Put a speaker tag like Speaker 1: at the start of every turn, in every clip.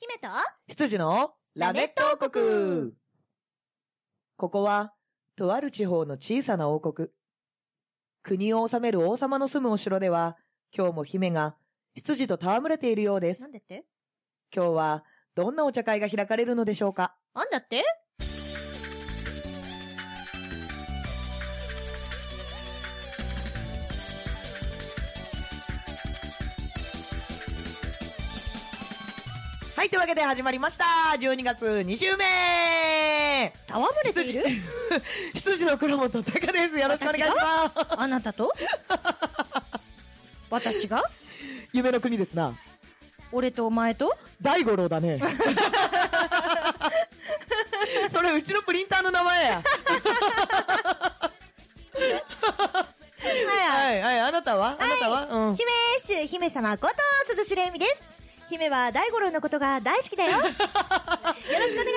Speaker 1: 姫と
Speaker 2: 羊のラメット王国ここは、とある地方の小さな王国。国を治める王様の住むお城では、今日も姫が羊と戯れているようです。
Speaker 1: なんでって
Speaker 2: 今日は、どんなお茶会が開かれるのでしょうか
Speaker 1: あんだって
Speaker 2: はい、というわけで始まりました !12 月2週 目
Speaker 1: 戯れている
Speaker 2: 羊 の黒本隆です。よろしくお願いします。
Speaker 1: あなたと私が
Speaker 2: 夢の国ですな。
Speaker 1: 俺とお前と
Speaker 2: 大五郎だね。 それうちのプリンターの名前や。
Speaker 1: はい
Speaker 2: はいはい、あなたはあなたはうん。
Speaker 1: 姫主姫様こと鈴代恵美です姫は大五郎のことが大好きだよよろしくお願い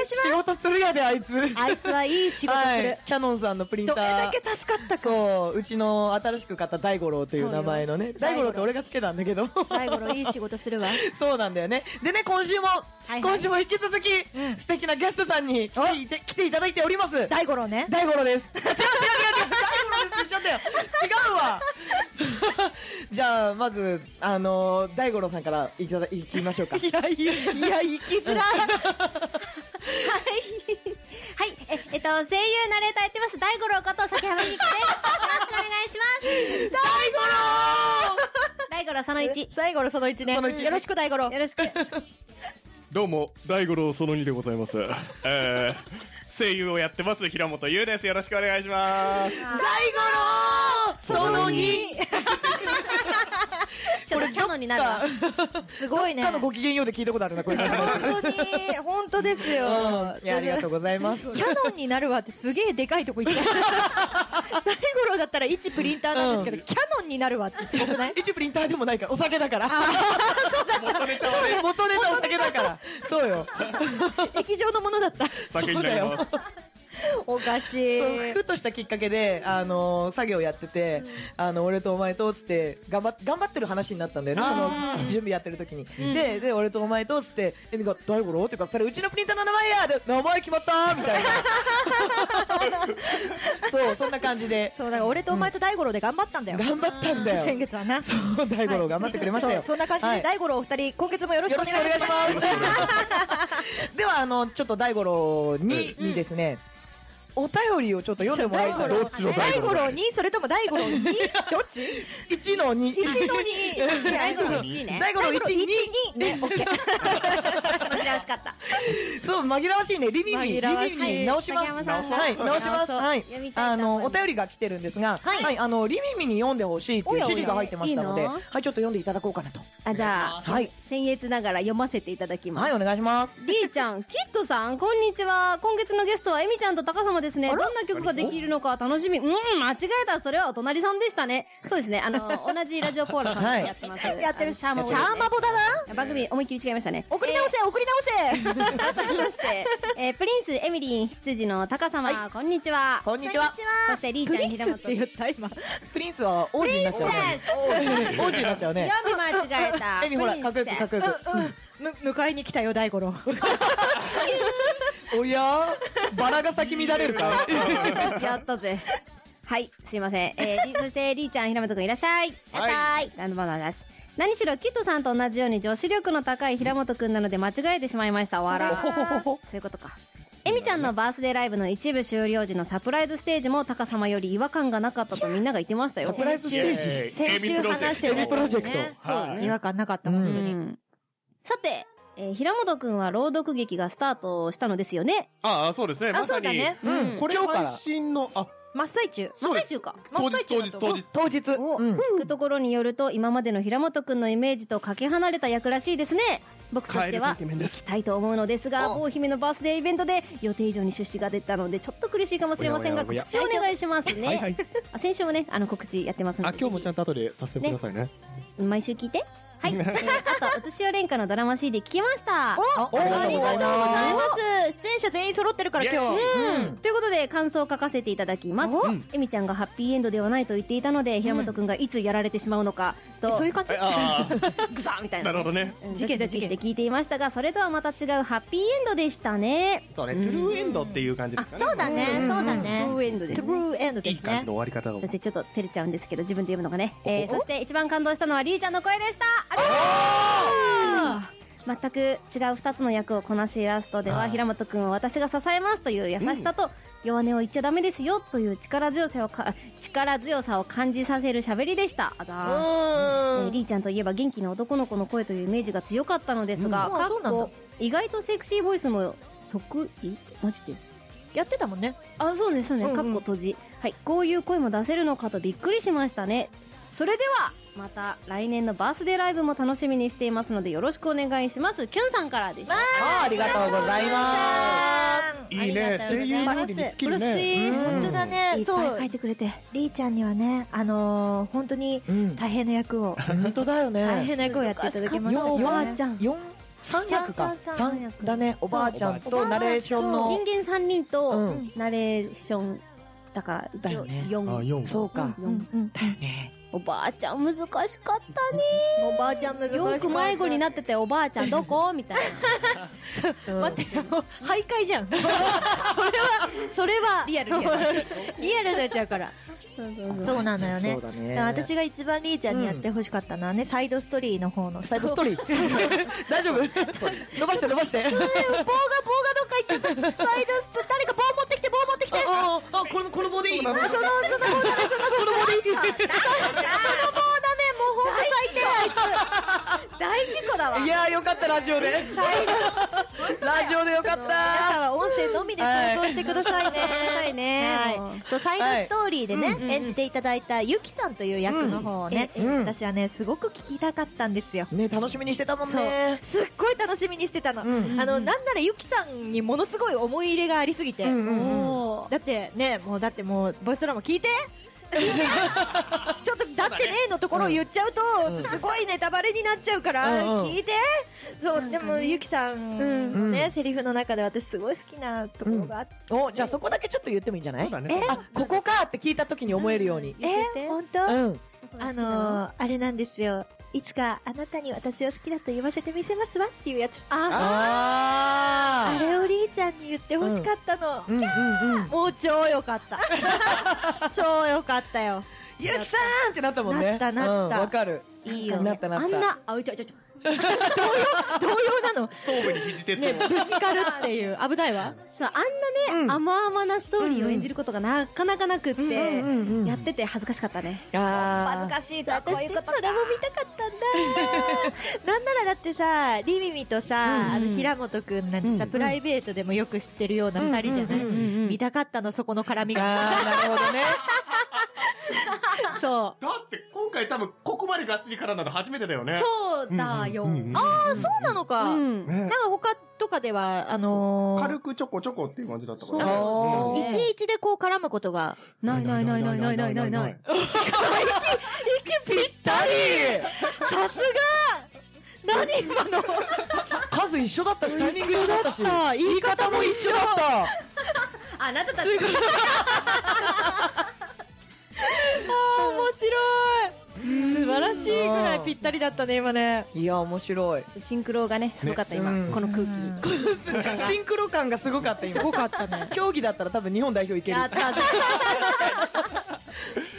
Speaker 1: し
Speaker 2: 仕
Speaker 1: ま
Speaker 2: 事するやで、あいつ。
Speaker 1: すあいつはいい仕事す
Speaker 2: は
Speaker 1: る、
Speaker 2: い、キャノンさんのプリンタ
Speaker 1: どれだ
Speaker 2: ー。
Speaker 1: け助かったか
Speaker 2: そう、うちの新しく買った大五郎という名前の
Speaker 1: そ
Speaker 2: ね。
Speaker 1: うよ
Speaker 2: 大五郎って俺がつけたんだけど。
Speaker 1: 大五郎いい仕事するわ
Speaker 2: そうなんだよね。でね、今週も、
Speaker 1: はい
Speaker 2: 今週も引き続き、素敵なゲストさんに来ていて来ていただいております。
Speaker 1: 大五郎ね
Speaker 2: 大五郎です。違う違う違う違う。大五郎ですって言っちゃったよ。違うわ。 じゃあ、まず、あのー、大五郎さんからいただ、いきましょうか。
Speaker 1: やいやいや生きづら
Speaker 3: はい、え、 えっと、声優ナレーターやってます、大五郎こと崎浜美希です。よろしくお願いし
Speaker 2: 大
Speaker 3: ます。大五郎その1。
Speaker 1: 最後のその1ね
Speaker 2: その一
Speaker 1: よろしく大五郎
Speaker 3: よろ しく。
Speaker 4: どうも、大五郎その2でございます。えー、声優をやってます、平本優です。よろしくお願いし ます。
Speaker 2: 五郎その2。
Speaker 3: ちょっとキャノンになるわ。
Speaker 1: すごいね
Speaker 2: 他のご機嫌ようで聞いたことあるな、これ。
Speaker 1: 本当に本当ですよ、
Speaker 2: いや、ありがとうござい ます。
Speaker 1: キャノンになるわってすげえでかいとこ行って大五郎だったら一プリンターなんですけど、
Speaker 2: う
Speaker 1: キャノンになるわってすごくない
Speaker 2: 一プリンターでもないから、お酒だから。
Speaker 4: 元ネタはね、
Speaker 2: 元ネタお酒だから。そうよ。
Speaker 1: 液状のものだった
Speaker 4: 酒になります。
Speaker 1: おかしい
Speaker 2: そうふとしたきっかけで、あのー作業やってて、あの俺とお前とつって頑張っ頑張ってる話になったんだよねその準備やってる時に、でで俺とお前とつって「えみが大五郎?」っていうか「それうちのプリンターの名前や!」で「名前決まった!」みた いなそうそんな感じで
Speaker 1: そうだから俺とお前と大五郎で頑張ったんだよ、
Speaker 2: 頑張ったんだよ
Speaker 1: 先月はなそ
Speaker 2: 大五郎頑張ってくれましたよ、
Speaker 1: うそんな感じ
Speaker 2: は
Speaker 1: で
Speaker 2: い
Speaker 1: 大五郎お二人今月もよろし
Speaker 2: よ
Speaker 1: くお
Speaker 2: ろしく
Speaker 1: 願
Speaker 2: お
Speaker 1: い
Speaker 2: 願い
Speaker 1: し
Speaker 2: し
Speaker 1: ます
Speaker 2: ます。では、あの、ちょっと大五郎に、にですね、お便りをちょっと読んでもらいたい。
Speaker 4: どっちの
Speaker 1: 大
Speaker 4: 大
Speaker 1: 五
Speaker 4: 五
Speaker 1: 郎
Speaker 4: 郎
Speaker 1: にそれとも大五郎にどっち
Speaker 2: 1の2。
Speaker 1: 一の二
Speaker 3: 大五郎1位ね。
Speaker 2: 大五郎
Speaker 1: 大五郎
Speaker 2: 1、
Speaker 1: 一
Speaker 2: 2。
Speaker 1: 二ねオッケー
Speaker 3: 紛らわしかった。
Speaker 2: そう、紛らわしいね。リビンに、
Speaker 1: 紛
Speaker 2: リ
Speaker 1: らわしい
Speaker 2: ビンに直します。
Speaker 3: 竹山さんが
Speaker 2: はい、直します。はい
Speaker 3: 読み。たい
Speaker 2: あ
Speaker 3: と思い
Speaker 2: の、
Speaker 3: ます
Speaker 2: お便りが来てるんですが、
Speaker 1: はい
Speaker 2: はい、あの、リビンに読んでほしいっていう
Speaker 1: おやお
Speaker 2: 指
Speaker 1: や
Speaker 2: 示が入ってましたので、
Speaker 3: いい
Speaker 2: は
Speaker 3: の
Speaker 2: い、ちょっと読んでいただこうかなと。
Speaker 3: あ、じゃあ、
Speaker 2: はい。
Speaker 3: 僭越ながら読ませていただきま
Speaker 2: はい、
Speaker 3: す。
Speaker 2: お願いします。
Speaker 3: りーちゃん、キッドさん、こんにちは。今月のゲストは、えみちゃんとタカ様ですね。どんな曲ができるのか楽しみ。うん、間違えた。それはお隣さんでしたね。そうですね。 あの、同じラジオコーラさんでやってます。
Speaker 1: やって
Speaker 3: あ
Speaker 1: る
Speaker 3: のシャーマボ
Speaker 1: シ
Speaker 3: ですね
Speaker 1: ャーマボだな
Speaker 3: 番組思いっきり違いましたね。
Speaker 1: 送り直せ、送り直せ
Speaker 3: 改めまして、えープリンス、エミリン、羊のタカ様、こんにちは。
Speaker 2: こんにちは。
Speaker 3: そして、リー
Speaker 1: プ
Speaker 3: ちゃ
Speaker 1: リ
Speaker 3: ん、
Speaker 1: ンス
Speaker 3: 平
Speaker 1: っ
Speaker 3: 本。
Speaker 1: て言った今
Speaker 2: プリンスは王子になっちゃうね。王子になっちゃうね。
Speaker 3: 読み間違 えた。
Speaker 2: エミほら、かっこよくかっこよく。
Speaker 1: む迎えに来たよ大五郎
Speaker 2: おやバラが咲き乱れるかい
Speaker 3: やったぜ。はい、すいません。えーりそして、リーちゃん、平本くん、いらっしゃい。いらっしゃい。ランドバナナです。何しろ、キッドさんと同じように女子力の高い平本くんなので間違えてしまいました。笑う。そういうことか。エミちゃんのバースデーライブの一部終了時のサプライズステージも高様より違和感がなかったとみんなが言ってましたよ。
Speaker 2: サプライズステージ。
Speaker 4: エ
Speaker 1: 先週話して
Speaker 2: エビプロジェクト
Speaker 4: は
Speaker 1: 違
Speaker 4: い。
Speaker 1: 和感なかった本当に
Speaker 3: うんさて、えー平本くんは朗読劇がスタートしたのですよね。
Speaker 4: ああ、そうですね。
Speaker 1: あ
Speaker 4: まさに、
Speaker 1: そうだね
Speaker 2: うん
Speaker 4: これ
Speaker 2: 今日から
Speaker 4: 配信の、あ、
Speaker 1: 真っ最中
Speaker 4: そうで
Speaker 3: 最
Speaker 4: す。
Speaker 3: 中か。
Speaker 4: 当日、当日、当日。
Speaker 2: 当日。
Speaker 3: を
Speaker 2: うん
Speaker 3: 聞くところによると、今までの平本くんのイメージとかけ離れた役らしいですね。僕と
Speaker 4: カ
Speaker 3: し
Speaker 4: エ
Speaker 3: て
Speaker 4: ルの
Speaker 3: は
Speaker 4: イケ、メンです。
Speaker 3: したいと思うのですが、
Speaker 4: お
Speaker 3: 某姫のバースデーイベントで予定以上に出資が出たので、ちょっと苦しいかもしれませんが、
Speaker 4: おやおや
Speaker 3: 告知をお願いしますね。
Speaker 4: はいはい。
Speaker 3: あ先週もね、あの告知やってますので。
Speaker 4: あ、今日もちゃんと後でさせてくださいね。
Speaker 3: 毎週聞いて。 はい。あと、うつしお廉歌のドラマ CD 聞きました。
Speaker 1: おありがとうございます出演者全員揃ってるから今
Speaker 4: イ
Speaker 1: 日
Speaker 3: うんということで感想を書かせていただきます
Speaker 1: お
Speaker 3: えみちゃんがハッピーエンドではないと言っていたので平本くんがいつやられてしまうのかと
Speaker 1: そういう感じ
Speaker 4: あ
Speaker 3: グサみた
Speaker 4: あ
Speaker 3: い
Speaker 4: な
Speaker 3: な
Speaker 4: るほどね
Speaker 3: うん
Speaker 1: 事件
Speaker 3: ドキ
Speaker 1: だ
Speaker 3: ドキして聞いていましたがそれとはまた違うハッピーエンドでしたね
Speaker 4: そうねトゥルーエンドっていう感じですかね
Speaker 1: そうだねそうだ
Speaker 3: ト
Speaker 1: ね
Speaker 3: ゥルーエンドです
Speaker 1: トゥルーエンド
Speaker 4: い
Speaker 1: で
Speaker 4: い
Speaker 1: す
Speaker 4: 感
Speaker 1: ね
Speaker 4: じの終わり方を
Speaker 3: そしてちょっと照れちゃうんですけど自分で読むのがね、えー
Speaker 4: おお
Speaker 3: そして一番感動したのはりーちゃんの声でしたありがとう全く違う2つの役をこなしイラストでは平本くんを私が支えますという優しさと弱音を言っちゃダメですよという力強さをか力強さを感じさせる喋りでしたあざーすえーりーちゃんといえば元気な男の子の声というイメージが強かったのですが、
Speaker 1: うんあそうな
Speaker 3: かっ
Speaker 1: んだ
Speaker 3: こ意外とセクシーボイスも得意マジで
Speaker 1: やってたもんね
Speaker 3: あそうですそうで
Speaker 1: う
Speaker 3: す、
Speaker 1: んうん
Speaker 3: かっこ閉じはいこういう声も出せるのかとびっくりしましたねそれではまた来年のバースデーライブも楽しみにしていますのでよろしくお願いしますキュンさんからでした
Speaker 2: ありがとうござい
Speaker 1: ます
Speaker 4: いいね声優までに尽きるね
Speaker 3: 嬉しい
Speaker 1: 本当だ
Speaker 3: い
Speaker 1: ね
Speaker 3: っ
Speaker 1: そ
Speaker 3: ぱいう書いてくれて
Speaker 1: りーちゃんにはねあのー本当に
Speaker 2: うん
Speaker 1: 大変な役を
Speaker 2: 本当だよ
Speaker 1: 大
Speaker 2: ね
Speaker 1: 変な役をやっていただきました
Speaker 2: よ
Speaker 3: お
Speaker 2: よ
Speaker 3: ばあちゃん
Speaker 2: 四三役か
Speaker 1: 三三
Speaker 2: 三だねおばあちゃんとナレーション
Speaker 3: 人
Speaker 2: の
Speaker 3: 間3人
Speaker 2: う
Speaker 3: と
Speaker 2: ん
Speaker 3: ナレーションだから
Speaker 2: だよね
Speaker 4: あ
Speaker 3: 4
Speaker 4: 四
Speaker 2: そうか
Speaker 1: うんうん
Speaker 3: おばあちゃん難しかったね
Speaker 1: おばあちゃん難し
Speaker 3: よく迷子になってておばあちゃんどこみたいな
Speaker 2: うん
Speaker 1: 待って もう徘徊じゃん それはそれは
Speaker 3: リアルリアル
Speaker 1: リアルになっちゃうからそうなのよね
Speaker 2: そうだね
Speaker 1: だから私が一番りーちゃんにやってほしかったのはね、サイドストーリーの方の
Speaker 2: サイドストーリー 大丈夫伸ばして伸ばして
Speaker 1: 棒が棒がどっか行っちゃったサイドスト誰か棒持ってきて棒持ってきてあ
Speaker 2: あああこのこの棒でいい
Speaker 1: そのその棒ダメその棒ダメその棒ダメもう本当最低
Speaker 3: 大事故だわ
Speaker 2: いやーよかったラジオでラジオでよかっ
Speaker 1: 皆さ
Speaker 2: た
Speaker 1: んは音声のみで想像してくださいね。
Speaker 3: はいはい
Speaker 1: はいそうサイドストーリーでね、演じていただいたゆきさんという役の方をね、
Speaker 2: うんうん
Speaker 1: 私はねすごく聞きたかったんですよ。
Speaker 2: ね楽しみにしてたもん
Speaker 1: そう
Speaker 2: ね
Speaker 1: すっごい楽しみにしてたの。
Speaker 2: うん
Speaker 1: あのなんならゆきさんにものすごい思い入れがありすぎて、
Speaker 2: うんうんうん
Speaker 1: おーだってねもうだってもうボイスドラマ聞い て。聞いてちょっとだってねのところを言っちゃうと、
Speaker 2: ん
Speaker 1: すごいネタバレになっちゃうから、
Speaker 2: うんうん
Speaker 1: 聞いてそうでもゆきさんのね、
Speaker 2: うん
Speaker 1: セリフの中で私すごい好きなところがあって、
Speaker 2: おじゃあそこだけちょっと言ってもいいんじゃない
Speaker 4: そうだね
Speaker 2: あここかって聞いた時に思えるように
Speaker 1: え
Speaker 3: て
Speaker 1: ー本当、
Speaker 2: うん
Speaker 1: あのー、あれなんですよいつかあなたに私を好きだと言わせてみせますわっていうやつ
Speaker 3: あ
Speaker 1: あ
Speaker 2: あ
Speaker 1: れをりーちゃんに言ってほしかったの、
Speaker 2: うんうんうん
Speaker 1: もう超良かった 超良かったよ
Speaker 2: ゆきさんってなったもんね
Speaker 1: なったなった
Speaker 2: うんわかる
Speaker 1: いいよ
Speaker 2: なったな
Speaker 3: あ
Speaker 2: っ
Speaker 3: ん
Speaker 2: た
Speaker 3: なあうちょいちょいちょい
Speaker 1: 同様なの
Speaker 4: 頭部に肘鉄
Speaker 1: ねぶつかるっていう危ないわ
Speaker 3: そうあんなね、甘々なストーリーを演じることがなかなかなくって、
Speaker 2: うんうんうんうん
Speaker 3: やってて恥ずかしかったね恥ず
Speaker 2: あ
Speaker 3: かしいとは
Speaker 1: 私
Speaker 3: こ
Speaker 1: そう
Speaker 3: い
Speaker 1: れ
Speaker 3: う
Speaker 1: も
Speaker 3: こ
Speaker 1: 見
Speaker 3: と
Speaker 1: た
Speaker 3: か
Speaker 1: かった んだなんならだってさりみみとさ、あの平本くんなんてさ、プライベートでもよく知ってるような二人じゃない、見たかったのそこの絡み
Speaker 2: ー
Speaker 1: が
Speaker 2: あーなるほどね
Speaker 1: そう
Speaker 4: だって今回多分ここまでがっつり絡んだの初めてだよね
Speaker 3: そうだよ、
Speaker 4: うん
Speaker 1: ああそうなのか、
Speaker 3: うん
Speaker 1: なん
Speaker 4: ね
Speaker 1: か他とかではあのー
Speaker 4: 軽くちょこちょこっていう感じだったか
Speaker 2: そう
Speaker 4: らうん
Speaker 2: おー
Speaker 1: いちいちでこう絡むことが
Speaker 3: ないないないないないないないない
Speaker 1: 息ぴっ
Speaker 2: ダリ
Speaker 1: さすが何今の
Speaker 2: ー数一緒だったしタイミング一緒だったし
Speaker 1: 一緒だった
Speaker 2: 言い方も一緒だった
Speaker 3: あなたたち
Speaker 1: 面白い素晴らしいぐらいぴったりだったね今ね
Speaker 2: いや面白い
Speaker 3: シンクロがねすごかった今、
Speaker 2: うん
Speaker 3: この空気、
Speaker 2: シンクロ感がすごかった今
Speaker 1: すごかったね
Speaker 2: 競技だったら多分日本代表いける
Speaker 3: やったぜ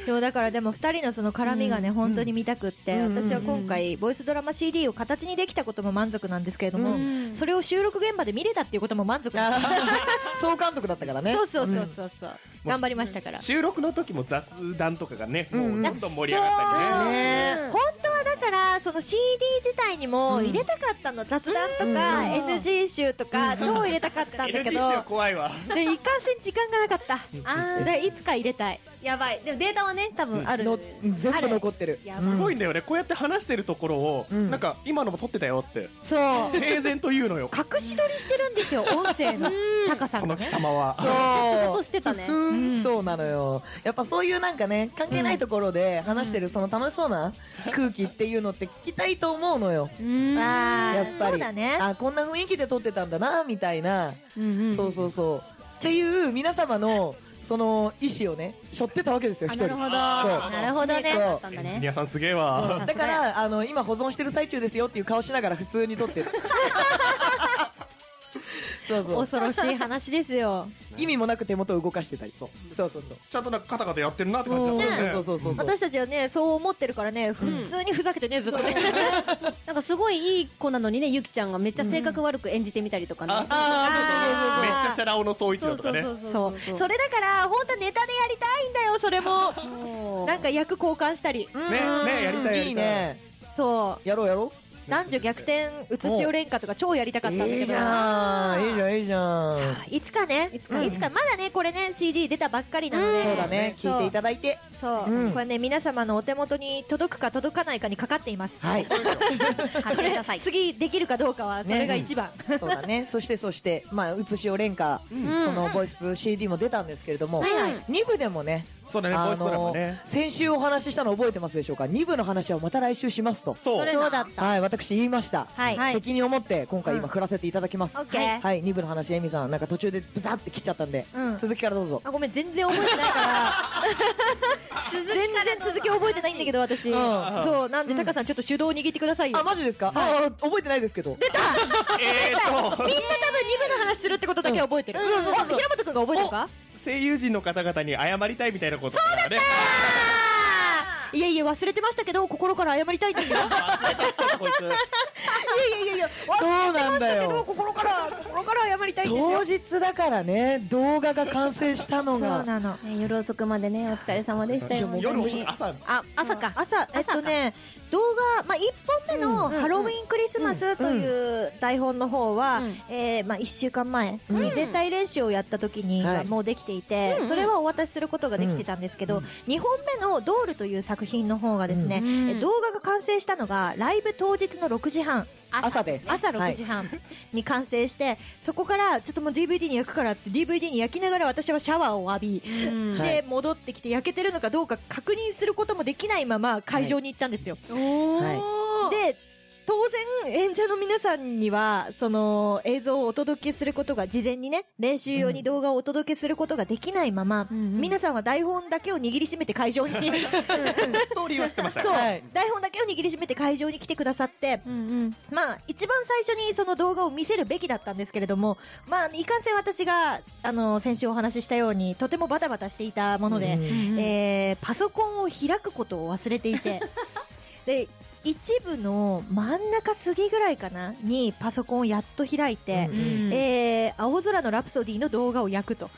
Speaker 1: そうだからでも2人のその絡みがね、本当に見たくって、
Speaker 2: うん
Speaker 1: 私は今回ボイスドラマ CD を形にできたことも満足なんですけれども、
Speaker 3: うん
Speaker 1: それを収録現場で見れたっていうことも満足だった
Speaker 2: 総監督だったか らね
Speaker 1: そうそうそうそうそう頑張りましたから
Speaker 4: 収録の時も雑談とかがね、もうどんどん盛り上がったりね。
Speaker 1: そう本当はだからその CD 自体にも入れたかったの、雑談とか、NG 集とか、超入れたかったんだけ
Speaker 4: NG
Speaker 1: ど
Speaker 4: 集怖いわ。
Speaker 1: でいかんせん時間がなかった
Speaker 3: あ
Speaker 1: だからいつか入れたい
Speaker 3: やばいでもデータはね多分ある、
Speaker 2: の全部残ってる
Speaker 3: やばい
Speaker 4: すごいんだよねこうやって話してるところを、
Speaker 2: うん
Speaker 4: なんか今のも撮ってたよって
Speaker 1: そう
Speaker 4: 平然と言うのよ
Speaker 1: 隠し撮りしてるんですよ音声の高さん
Speaker 4: こ
Speaker 1: が
Speaker 4: の
Speaker 1: ね
Speaker 4: 貴様は
Speaker 2: そう
Speaker 3: 仕事してたね、
Speaker 2: うん
Speaker 1: うん
Speaker 2: そうなのよやっぱそういうなんかね関係ないところで話してるその楽しそうな空気っていうのって聞きたいと思うのよ
Speaker 1: あー
Speaker 2: やっぱり
Speaker 1: そうだね
Speaker 2: あこんな雰囲気で撮ってたんだなみたいな
Speaker 1: うんうん
Speaker 2: そうそうそうっていう皆様のその意思をね背負ってたわけですよ一
Speaker 3: あ
Speaker 2: 人
Speaker 3: なるほど
Speaker 4: あー
Speaker 1: なるほどね
Speaker 3: 使命感だったんだ
Speaker 4: エンジ
Speaker 3: ね
Speaker 4: ニアさんすげえわ
Speaker 2: だからあの今保存してる最中ですよっていう顔しながら普通に撮ってるそうそう
Speaker 1: 恐ろしい話ですよ
Speaker 2: 意味もなく手元を動かしてたりそうそうそうそう
Speaker 4: ちゃんとなんかカタカタやってるなって感じだもんね
Speaker 1: ね
Speaker 2: そう そうそうそう
Speaker 1: 私たちはねそう思ってるからね普通にふざけてねずっとね
Speaker 3: なんかすごいいい子なのにねゆきちゃんがめっちゃ性格悪く演じてみたりとかね、
Speaker 4: あ
Speaker 1: あ
Speaker 4: めっちゃチャラ男の総一
Speaker 3: そ
Speaker 4: 郎
Speaker 3: う
Speaker 4: と
Speaker 3: そ
Speaker 4: か
Speaker 3: うそ
Speaker 4: ね
Speaker 3: うそ
Speaker 1: そううそれだから本当はネタでやりたいんだよそれも
Speaker 3: そう
Speaker 1: なんか役交換したり
Speaker 2: うん
Speaker 4: ねねやりたいやりたい
Speaker 2: いいね
Speaker 1: そ
Speaker 2: やろうやろ
Speaker 1: う男女逆転うつしお連歌とか超やりたか
Speaker 2: う
Speaker 1: ったんだけど
Speaker 2: んいいじゃんいいじゃん
Speaker 1: いつかねいつかまだねこれね CD 出たばっかりなので
Speaker 2: そうだね聞いていただいて
Speaker 1: そう、
Speaker 2: うん
Speaker 1: これね皆様のお手元に届くか届かないかにかかっています、
Speaker 2: はい
Speaker 3: 買っ
Speaker 1: そ
Speaker 3: てく
Speaker 1: れ
Speaker 3: ださい
Speaker 1: 次できるかどうかはそれが一番、
Speaker 2: そうだ ねそしてそしてまあ写しお連歌
Speaker 3: ん
Speaker 2: そのボイス CD も出たんですけれども
Speaker 3: はいはい
Speaker 2: 2部でもね
Speaker 4: そうだねボ
Speaker 2: あ
Speaker 4: イスドラマ
Speaker 2: の
Speaker 4: ね
Speaker 2: 先週お話ししたの覚えてますでしょうか2部の話はまた来週しますと
Speaker 4: そう
Speaker 3: それ
Speaker 1: そうだった
Speaker 2: はい私言いました
Speaker 1: はい、
Speaker 3: はい
Speaker 2: 責任を持って今回今振らせていただきます
Speaker 1: オ
Speaker 2: は
Speaker 1: ッケー
Speaker 2: い2部の話えみさんなんか途中でブザって切っちゃったんで
Speaker 1: うん
Speaker 2: 続きからどうぞ
Speaker 1: あごめん全然覚えてないから
Speaker 3: 続
Speaker 1: 全然続き覚えてないんだけど私、
Speaker 2: ん
Speaker 1: そうなんでタカさんちょっと手動握ってくださいよ、
Speaker 2: あマジですかああ覚えてないですけど
Speaker 4: えーっと
Speaker 1: みんな多分2部の話するってことだけは覚えてる、
Speaker 2: うんうん
Speaker 1: あ平本君が覚えてるか
Speaker 4: 声優陣の方々に謝りたいみたいなことそうだね
Speaker 1: いやいや忘れてましたけど心から謝りたいんだけどいや
Speaker 4: こいつ
Speaker 1: いやいやいや
Speaker 2: そうなんだ
Speaker 1: けど
Speaker 2: よ
Speaker 1: 心から心から謝りたいんですよ
Speaker 2: 当日だからね動画が完成したの
Speaker 1: そう
Speaker 2: が
Speaker 1: なの
Speaker 3: ね夜遅くまでねお疲れ様でしたよ本当
Speaker 4: 夜
Speaker 3: に
Speaker 4: 遅い朝
Speaker 3: あ朝か
Speaker 1: 朝えっとね動画、まあ、1本目の「ハロウィンクリスマス」という台本の方は、
Speaker 3: うん
Speaker 1: えーまあ、1週間前に全体練習をやった時に
Speaker 2: はい
Speaker 1: はもうできていて、それはお渡しすることができてたんですけど、2本目の「ドール」という作品の方がですね、
Speaker 3: うん
Speaker 1: え動画が完成したのがライブ当日の6時半
Speaker 2: 朝です
Speaker 1: 朝6時半に完成して、そこからちょっともう DVD に焼くからって DVD に焼きながら私はシャワーを浴び、
Speaker 3: うん
Speaker 2: はい
Speaker 1: で戻ってきて焼けてるのかどうか確認することもできないまま会場に行ったんですよ、
Speaker 3: おー
Speaker 1: で当然演者の皆さんにはその映像をお届けすることが事前にね練習用に動画をお届けすることができないまま、
Speaker 3: うんうん
Speaker 1: 皆さんは台本だけを握りしめて会場に
Speaker 4: ストーリーは知ってました
Speaker 1: そう、
Speaker 2: はい
Speaker 1: 台本だけを握りしめて会場に来てくださって、
Speaker 3: うんうん
Speaker 1: まあ、一番最初にその動画を見せるべきだったんですけれども、まあ、いかんせん私が、あの、先週お話ししたように、とてもバタバタしていたもので、
Speaker 3: うん
Speaker 1: えーパソコンを開くことを忘れてい て、で、一部の真ん中過ぎぐらいかなにパソコンをやっと開いて、
Speaker 2: うん
Speaker 1: えー青空のラプソディの動画を焼くと。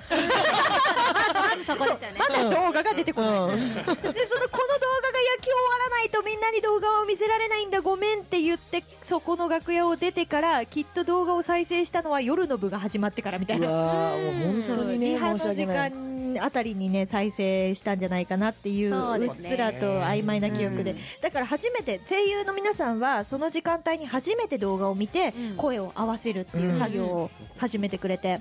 Speaker 3: まずそこですよね
Speaker 1: まだ動画が出てこない。
Speaker 2: うん
Speaker 1: でそのこの動画が焼き終わらないとみんなに動画を見せられないんだごめんって言ってそこの楽屋を出てからきっと動画を再生したのは夜の部が始まってからみたいうな
Speaker 2: わーもう本当に
Speaker 1: リ
Speaker 2: ね
Speaker 1: ハ
Speaker 2: 申
Speaker 1: の
Speaker 2: し訳
Speaker 1: 時
Speaker 2: ない
Speaker 1: 間あたりにね再生したんじゃないかなっていう
Speaker 3: そう
Speaker 1: う
Speaker 3: で
Speaker 1: っ
Speaker 3: すね
Speaker 1: すらと曖昧な記憶で、
Speaker 2: うん
Speaker 1: だから初めて声優の皆さんはその時間帯に初めて動画を見て
Speaker 3: うん
Speaker 1: 声を合わせるっていう作業を始めてくれて、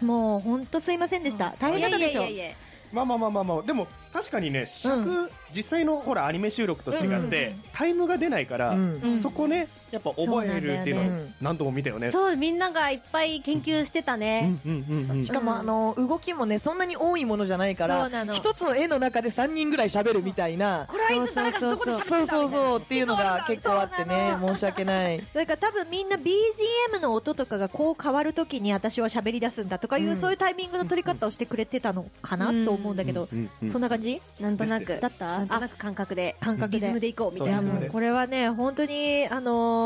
Speaker 1: もう本当すいませんでした大変だったでしょ
Speaker 3: いやいやいやいや
Speaker 4: まあまあまあまあまあでも確かにね尺、
Speaker 1: う
Speaker 4: 実際のほらアニメ収録と違って、
Speaker 1: うんうんうん
Speaker 4: タイムが出ないから、
Speaker 2: うん
Speaker 1: うん
Speaker 4: そこねやっぱ覚えるっていう
Speaker 1: そうなんだ
Speaker 4: の
Speaker 2: よ
Speaker 4: を
Speaker 2: ね
Speaker 4: 何度も見たよね
Speaker 3: そうみんながいっぱい研究してたね
Speaker 4: うんうんうんうん
Speaker 2: しかもあの動きもねそんなに多いものじゃないか
Speaker 1: そう
Speaker 2: ら
Speaker 1: なの
Speaker 2: 一つの絵の中で3人ぐらい喋るみたいな
Speaker 1: これはいつ誰かどこで喋
Speaker 2: そうそうそうっていうのが結構あってね申し訳ない
Speaker 1: だから多分みんな BGM の音とかがこう変わるときに私は喋り出すんだとかいう、
Speaker 2: うん
Speaker 1: そういうタイミングの取り方をしてくれてたのかな、
Speaker 3: うん
Speaker 1: と思うんだけど、
Speaker 4: うんうん
Speaker 1: そんな感じ
Speaker 3: なんとなく
Speaker 1: だった
Speaker 3: なんとなく感覚で
Speaker 1: 感覚
Speaker 3: リズム
Speaker 1: で。
Speaker 3: でいこうみた
Speaker 1: い
Speaker 3: い
Speaker 1: や
Speaker 3: な
Speaker 4: そうリズ
Speaker 1: も
Speaker 4: ムで
Speaker 1: うこれはね本当にあのー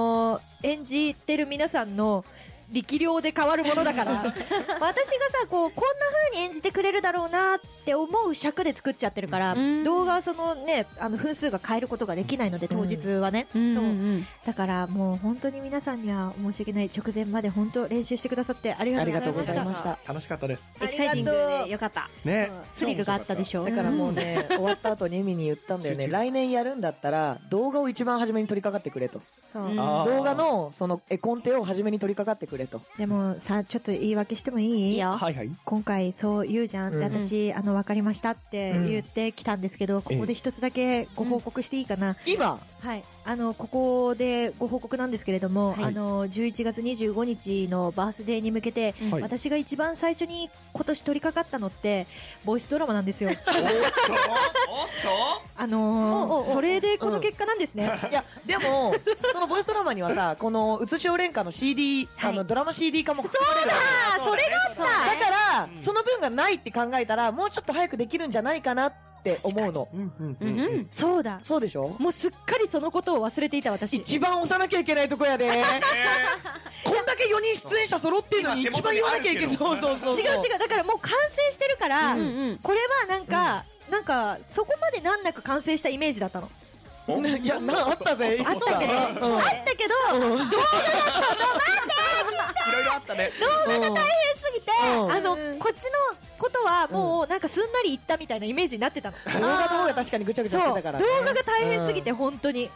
Speaker 1: 演じてる皆さんの力量で変わるものだから 私がさこうこんな風に演じてくれるだろうなって思う尺で作っちゃってるから
Speaker 3: うん
Speaker 1: 動画はそのねあの分数が変えることができないので当日はね、
Speaker 3: うん
Speaker 1: そう
Speaker 3: うん
Speaker 1: だからもう本当に皆さんには申し訳ない直前まで本当練習してくださってあり
Speaker 2: あり
Speaker 1: が
Speaker 2: が
Speaker 1: と
Speaker 2: と
Speaker 1: うご
Speaker 2: うご
Speaker 1: ざ
Speaker 2: ざ
Speaker 1: い
Speaker 2: い
Speaker 1: ま
Speaker 2: ま
Speaker 1: し
Speaker 2: したた。
Speaker 4: 楽しかったです。
Speaker 3: エキサイティングでよかった
Speaker 4: ね。
Speaker 1: スリルがあったでしょ
Speaker 2: だからもうね、終わった後にエミに言ったんだよね。
Speaker 4: 集中
Speaker 2: 来年やるんだったら、動画を一番初めに取り掛かってくれと。
Speaker 1: そう
Speaker 3: うん
Speaker 4: あー
Speaker 2: 動画の、その、絵コンテを初めに取り掛かってくれと。
Speaker 1: でもさちょっと言い訳してもいい
Speaker 3: いいよ
Speaker 4: はいはい。
Speaker 1: 今回そう言うじゃん、で
Speaker 2: うん
Speaker 1: 私あの分かりましたって言ってきたんですけど、ここで一つだけご報告していいかな、
Speaker 2: 今
Speaker 1: はい、あのここでご報告なんですけれども、
Speaker 4: はい
Speaker 1: あの11月25日のバースデーに向けて、
Speaker 4: はい
Speaker 1: 私が一番最初に今年取り掛かったのってボイスドラマなんですよ。
Speaker 4: おっとおっと
Speaker 1: あのー
Speaker 3: おうおうおう
Speaker 1: それでこの結果なんですね。
Speaker 2: いや、でも、そのボイスドラマにはさ、この、うつしお連歌の CD、
Speaker 1: はい
Speaker 2: あの、ドラマ CD 化もそう
Speaker 1: あーそれがあった
Speaker 2: だから、
Speaker 4: うん
Speaker 2: その分がないって考えたら、もうちょっと早くできるんじゃないかなって思うの。
Speaker 4: うんうん
Speaker 3: うんうん
Speaker 1: そうだ。
Speaker 2: そうでしょ
Speaker 1: もうすっかりそのことを忘れていた私。
Speaker 2: 一番押さなきゃいけないとこやで。
Speaker 4: え
Speaker 2: こんだけ4人出演者揃ってるのに
Speaker 4: 今
Speaker 2: 一番言わなきゃいけない。
Speaker 4: 手元
Speaker 2: そう
Speaker 4: にあるけど
Speaker 2: そうそう。
Speaker 1: 違う違う。だからもう完成してるから、
Speaker 3: うんうん
Speaker 1: これはなんか、なんかそこまで難なく完成したイメージだったの。
Speaker 4: ーお
Speaker 2: な。いや、な、あったぜ。
Speaker 1: あったね。あ
Speaker 2: うん
Speaker 1: ったけど、動画が
Speaker 4: いろいろあったね。
Speaker 1: すぎて、
Speaker 2: うん
Speaker 1: あのこっちのことはもうなんかすんなりいったみたいなイメージになってたの。
Speaker 2: 動画の方が確かにぐちゃぐちゃして
Speaker 1: そう動
Speaker 2: た
Speaker 1: 画
Speaker 2: から
Speaker 1: が
Speaker 2: ね。
Speaker 1: 大変すぎて本当に、いや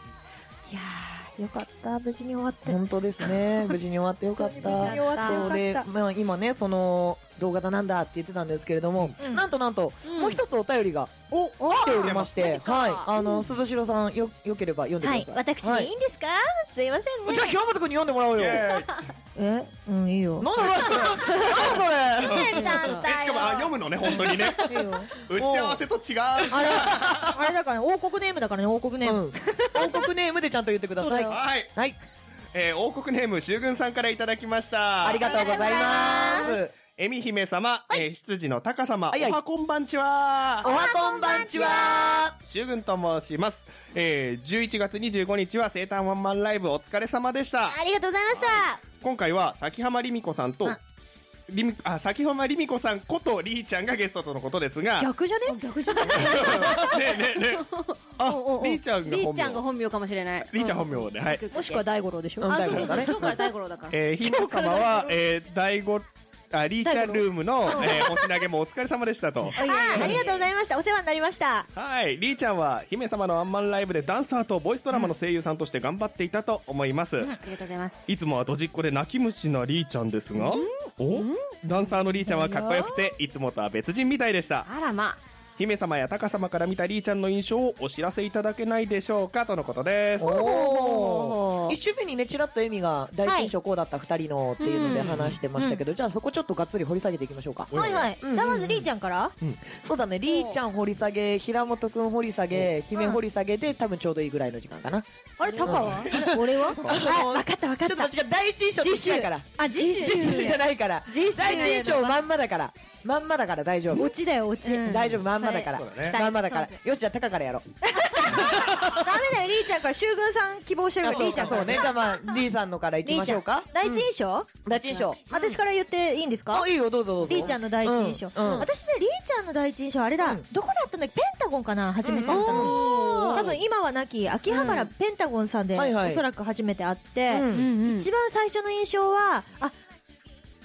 Speaker 1: ーよかった無事に終わって
Speaker 2: 本当ですね。無事に終わってよかった。
Speaker 1: 無事に終わってよか
Speaker 2: そ
Speaker 1: っ
Speaker 2: う
Speaker 1: た
Speaker 2: で、まあ、今ね、その動画だなんだって言ってたんですけれども、
Speaker 1: うん
Speaker 2: なんとなんと、
Speaker 3: うん
Speaker 2: もう一つお便りが
Speaker 1: おお
Speaker 2: 来ておりまし
Speaker 3: マ
Speaker 2: て
Speaker 3: ジ、か
Speaker 2: はい、あの、鈴代さん、よ、よければ読んでく
Speaker 1: は
Speaker 2: だ
Speaker 1: い
Speaker 2: さい。
Speaker 1: 私
Speaker 2: は
Speaker 1: でいいんですか、すいませんね
Speaker 2: じゃあ、平本君に読んでもらおう
Speaker 4: イ
Speaker 2: よ。なんだ
Speaker 4: エー
Speaker 1: え
Speaker 4: イ
Speaker 1: うんいいよ
Speaker 2: これなんだこれ
Speaker 3: ちゃん
Speaker 4: えしかもあ読むのね本当 にね。
Speaker 1: いいよ
Speaker 4: 打ち合わせと違う。
Speaker 1: あれあれだからね王国ネームだからね王国ネー
Speaker 2: う
Speaker 1: ム、
Speaker 2: ん王国ネームでちゃんと言ってください。は
Speaker 4: はい。
Speaker 2: い、
Speaker 4: えー王国ネーム修軍さんからいただきました。
Speaker 2: ありがとうございます。
Speaker 4: えみ姫様、えー、執事の高様、
Speaker 2: はいはい
Speaker 4: おはこんばんちは
Speaker 2: お。はこんばんちは。
Speaker 4: 修軍と申します。えー、11月25日は生誕ワンマンライブお疲れ様でした。
Speaker 1: ありがとうございました
Speaker 4: 今回は、崎浜りみこさんと
Speaker 1: あ、
Speaker 4: りみ、あ、崎浜りみこさんことりーちゃんがゲストとのことですが、ね
Speaker 1: 逆じゃね逆じゃね
Speaker 4: えねえねえ。あ
Speaker 3: おうおうお、う
Speaker 4: りーちゃんが
Speaker 3: りー
Speaker 4: 本
Speaker 3: ちゃんが
Speaker 4: 名。
Speaker 3: 本名かもしれない
Speaker 4: りーちゃん本名で、はい。
Speaker 1: もしくは大五郎でしょ
Speaker 2: うん
Speaker 3: あ
Speaker 2: 大
Speaker 3: そう
Speaker 2: 五
Speaker 3: そ
Speaker 2: 郎
Speaker 3: う
Speaker 2: だ
Speaker 3: そ
Speaker 2: ね
Speaker 3: う今日から大五郎だから
Speaker 4: えー、ひも様は、えー、第五、あ、リーチャンルームの、えー、星投げもお疲れ様でしたと。
Speaker 3: あいやいやいや
Speaker 1: ありがとうございましたお世話になりました
Speaker 4: はい、りーちゃんは、姫様のアンマンライブでダンサーとボイスドラマの声優さんとして頑張っていたと思います。
Speaker 3: ありがとうございます
Speaker 4: いつもはドジっ子で泣き虫なりーちゃんですが、おダンサーのりーちゃんはかっこよくて、いつもとは別人みたいでした。
Speaker 3: あらまあ
Speaker 4: 姫様やタカ様から見たりーちゃんの印象をお知らせいただけないでしょうかとのことです。
Speaker 2: お
Speaker 3: お
Speaker 2: ー一周目にね、ちらっとエミが第一印象こうだった二人のっていうので
Speaker 3: うん
Speaker 2: 話してましたけど、じゃあそこちょっとがっつり掘り下げていきましょうか。
Speaker 1: はいはい、
Speaker 2: うん
Speaker 1: じゃあまずりーちゃんから、
Speaker 2: そうだね、りーちゃん掘り下げ、平本くん掘り下げ、姫掘り下げで多分ちょうどいいぐらいの時間かな。
Speaker 1: あれタカは俺はあ分かった分かっ
Speaker 2: ちょっと
Speaker 1: た
Speaker 2: 違う、第一印象
Speaker 1: 次週
Speaker 2: だから。
Speaker 3: あ次週
Speaker 2: 次週じゃないから。
Speaker 1: 次週
Speaker 2: 第一印象まんまだから。まんまだから大丈夫
Speaker 1: オ。チだよオチ、
Speaker 3: うん
Speaker 2: 大丈夫、まんまだから
Speaker 4: そうだね。
Speaker 2: まんまだから
Speaker 3: 期。
Speaker 2: よし、じゃあ、タカからやろう。
Speaker 1: ダメだよ、りーちゃんから、修軍さん希望してる
Speaker 2: あ
Speaker 1: か
Speaker 2: そ
Speaker 1: ら、
Speaker 2: う
Speaker 1: りーちゃんか
Speaker 2: そう
Speaker 1: ら。
Speaker 2: ね。じゃあまあ、りーさんのからいきましょうか。
Speaker 1: 第一印象、
Speaker 2: 第一印象。
Speaker 1: 私から言っていいんですか
Speaker 2: あ、いいよ、どうぞどうぞ。
Speaker 1: りーちゃんの第一印象。
Speaker 2: うんうん
Speaker 1: 私ね、りーちゃんの第一印象、あれだ、
Speaker 2: うん
Speaker 1: どこだったんだっけペンタゴンかな初めて会ったの。
Speaker 2: おー
Speaker 1: 多分今はなき、秋葉原ペンタゴンさんで、
Speaker 2: はいはい
Speaker 1: おそらく初めて会って、
Speaker 2: うん
Speaker 3: うん
Speaker 1: 一番最初の印象は、あ、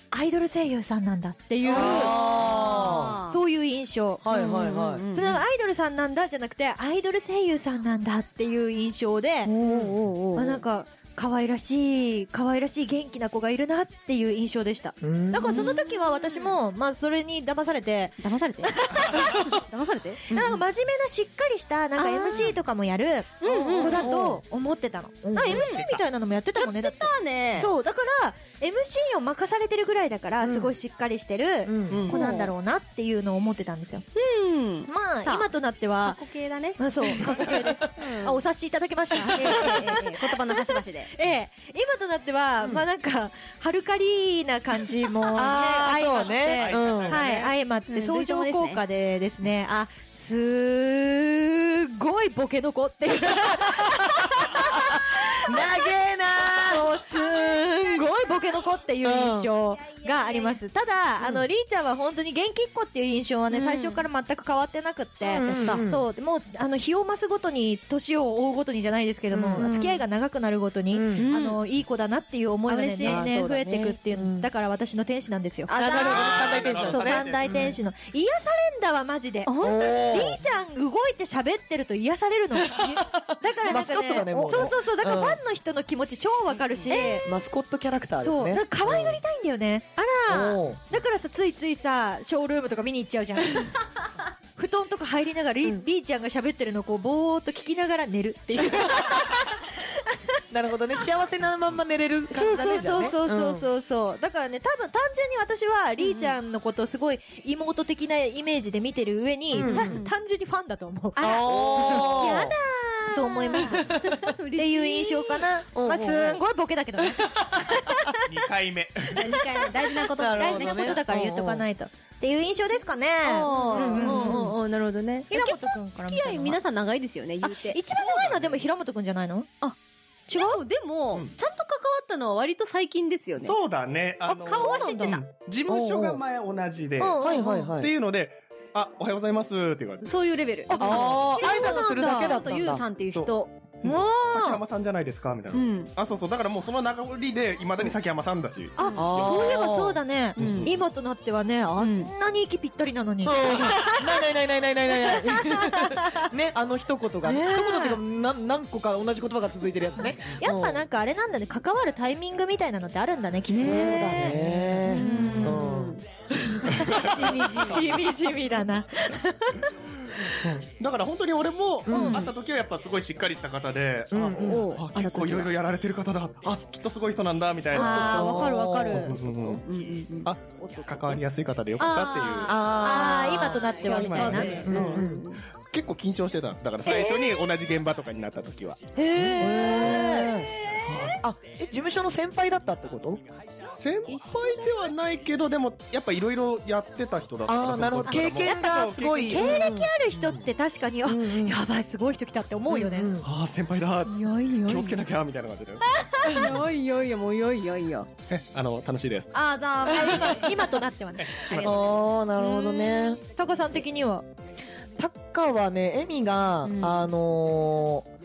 Speaker 1: アイドル声優さんなんだっていう、
Speaker 2: あ
Speaker 1: そういう印象。
Speaker 2: はいはいはい。
Speaker 1: そのアイドルさんなんだじゃなくて、アイドル声優さんなんだっていう印象で、まあ、なんか可愛らしい可愛らしい元気な子がいるなっていう印象でした
Speaker 2: うん
Speaker 1: だからその時は私も、まあ、それに騙されて、
Speaker 3: 騙されて 騙されて
Speaker 1: なんか真面目なしっかりしたなんか
Speaker 3: あー
Speaker 1: MC とかもやる
Speaker 3: うんうん
Speaker 1: 子だと思ってたの、
Speaker 2: うん
Speaker 1: なんか MC みたいなのもやってたもんねだって
Speaker 3: だね
Speaker 1: そうだから MC を任されてるぐらいだから
Speaker 2: うん
Speaker 1: すごいしっかりしてる
Speaker 2: うん
Speaker 1: 子なんだろうなっていうのを思ってたんですよ
Speaker 3: うん
Speaker 1: まあ
Speaker 3: さあ
Speaker 1: 今となっては
Speaker 3: 過去形だね
Speaker 1: まあそう過去形ですあお察しいただけま した
Speaker 3: ええええええ言葉の端々で
Speaker 1: ええ、今となっては、まあなんか、ハルカリーな感じも、 ね、
Speaker 2: あー
Speaker 1: 相まっ
Speaker 2: そう
Speaker 1: て、
Speaker 2: ねうん
Speaker 1: はい、相まって、
Speaker 3: うん
Speaker 1: 相乗効果でですね、あ、すーごいボケの子っていう、
Speaker 2: 長えな
Speaker 1: もうすんごいボケの子子っていう印象があります。ただ、あの、りーちゃんは本当に元気っ子っていう印象はね、最初から全く変わってなくって、そう、でもう、あの、日を増すごとに、年を追うごとにじゃないですけども、付き合いが長くなるごとに、
Speaker 2: うん
Speaker 1: あの、いい子だなっていう思いがね、
Speaker 3: 嬉しい
Speaker 1: 年々増えていくっていう、
Speaker 2: あそうだね
Speaker 1: だから私の天使なんですよ。
Speaker 3: あざ
Speaker 2: なるほど
Speaker 3: ー
Speaker 2: 三大天使なん
Speaker 1: そ
Speaker 2: で
Speaker 1: う、三
Speaker 2: すね
Speaker 1: 大天使の。癒されんだわ、マジで。り
Speaker 2: おー
Speaker 1: ーちゃん動いて喋ってると癒され るの。だからなん
Speaker 2: マス
Speaker 1: か
Speaker 2: コットだね
Speaker 1: ね、
Speaker 2: もうね
Speaker 1: そうそうそう、だからファンの人の気持ち超わかるし、
Speaker 2: マスコットキャラクターですね
Speaker 1: そう、なんか可愛がりたいんだよね。
Speaker 3: あら
Speaker 2: おー
Speaker 1: だからさ、ついついさ、ショールームとか見に行っちゃう じゃん。布団とか入りながら、りりーちゃんが喋ってるのをこう、ぼーっと聞きながら寝るっていう。
Speaker 2: なるほどね幸せなまんま寝れる感
Speaker 1: そう
Speaker 2: じだ
Speaker 1: そう
Speaker 2: ね
Speaker 1: そうそうそう
Speaker 2: う
Speaker 1: そうそうだからね多分単純に私はりーちゃんのことをすごい妹的なイメージで見てる上に、
Speaker 2: うん
Speaker 1: た単純にファンだと思う
Speaker 3: あら
Speaker 2: おー
Speaker 3: やだ
Speaker 1: と思いますっ
Speaker 3: ーって
Speaker 1: いう印象かな
Speaker 2: うんうん
Speaker 1: まあすんごいボケだけどね
Speaker 4: 二回目。
Speaker 3: 何回も大事なこと
Speaker 2: なるほ
Speaker 1: 大
Speaker 2: ど
Speaker 1: 事
Speaker 2: ね
Speaker 1: なことだから言っとかないとっていう印象ですかね
Speaker 3: お
Speaker 1: うんうんうん
Speaker 3: ーおーなるほどね
Speaker 1: 平本くんから
Speaker 3: 付
Speaker 1: 見
Speaker 3: き
Speaker 1: た
Speaker 3: 合い
Speaker 1: の
Speaker 3: 皆
Speaker 1: は
Speaker 3: さん長いですよね言う
Speaker 1: あ
Speaker 3: て
Speaker 1: 一番長いのはでも平本くんじゃないの
Speaker 3: 違うでもちゃんと関わったのは割と最近ですよね
Speaker 4: そうだね。あの、
Speaker 3: 顔は知ってた
Speaker 4: 事務所が前同じで、
Speaker 1: うん
Speaker 2: はいはいは
Speaker 4: っ
Speaker 2: い
Speaker 4: ていうので、あ、おはようございますっていう感じです。
Speaker 3: そういうレベル
Speaker 2: あー
Speaker 1: そうなんだ
Speaker 2: 挨拶するだけだった
Speaker 3: と
Speaker 2: ん
Speaker 3: ゆう
Speaker 2: だ
Speaker 3: さんっていう人
Speaker 1: もう
Speaker 4: 崎山さんじゃないですかみたいうな。
Speaker 3: ん
Speaker 4: あ、そうそう。だからもうその流れで、未だに崎山さんだし。
Speaker 1: あ
Speaker 2: ー
Speaker 1: そういえばそうだね
Speaker 3: うん
Speaker 1: 今となってはねあんなに息ぴったりなのに
Speaker 2: うんないないないないないないないねあの一言が、
Speaker 1: ねえ
Speaker 2: 一言っていうかな何個か同じ言葉が続いてるやつね
Speaker 1: やっぱ
Speaker 2: うん
Speaker 1: なんかあれなんだね関わるタイミングみたいなのってあるんだねきっと
Speaker 2: そうだねうん
Speaker 3: し
Speaker 1: し
Speaker 3: みじみ
Speaker 1: みじみだな
Speaker 4: だから本当に俺も、
Speaker 2: うん
Speaker 4: 会った時はやっぱすごいしっかりした方で、
Speaker 2: うん
Speaker 4: あ
Speaker 2: うん
Speaker 3: おう
Speaker 4: あ結構いろいろやられてる方だ。あ、きっとすごい人なんだ、みたいな。
Speaker 1: あーわかるわかる
Speaker 4: うんうん
Speaker 3: う
Speaker 4: うん
Speaker 3: んうんうん
Speaker 4: あ、関わりやすい方でよかったっていう。
Speaker 1: あ
Speaker 2: あ
Speaker 1: あ今となってはみたいな
Speaker 4: 今
Speaker 1: へ
Speaker 4: となって
Speaker 2: はうん
Speaker 3: うん
Speaker 4: 結構緊張してたんです。だから最初に同じ現場とかになった時は。
Speaker 1: え
Speaker 2: あえ事務所の先輩だったってこと
Speaker 4: 先輩ではないけど、でも、やっぱいろいろやってた人だったから。
Speaker 2: あーなるほど
Speaker 4: その
Speaker 2: 経
Speaker 4: 時から
Speaker 2: 験がすごい
Speaker 1: 経歴ある人って確かにあ
Speaker 2: うん
Speaker 1: やばいすごい人来たって思うよね
Speaker 2: ん
Speaker 4: ああ、先輩だ。
Speaker 3: いやいやい
Speaker 4: 気をつけなきゃ、みたいな感じで。
Speaker 3: やいやいやいやもういやいやいや
Speaker 4: えあの、楽しいです。
Speaker 3: あーざー
Speaker 1: 今今となってはね
Speaker 3: ありがとう
Speaker 2: ああなるほどね
Speaker 1: タカさん的には
Speaker 2: タッカーはねエミが、
Speaker 3: うん
Speaker 2: あのー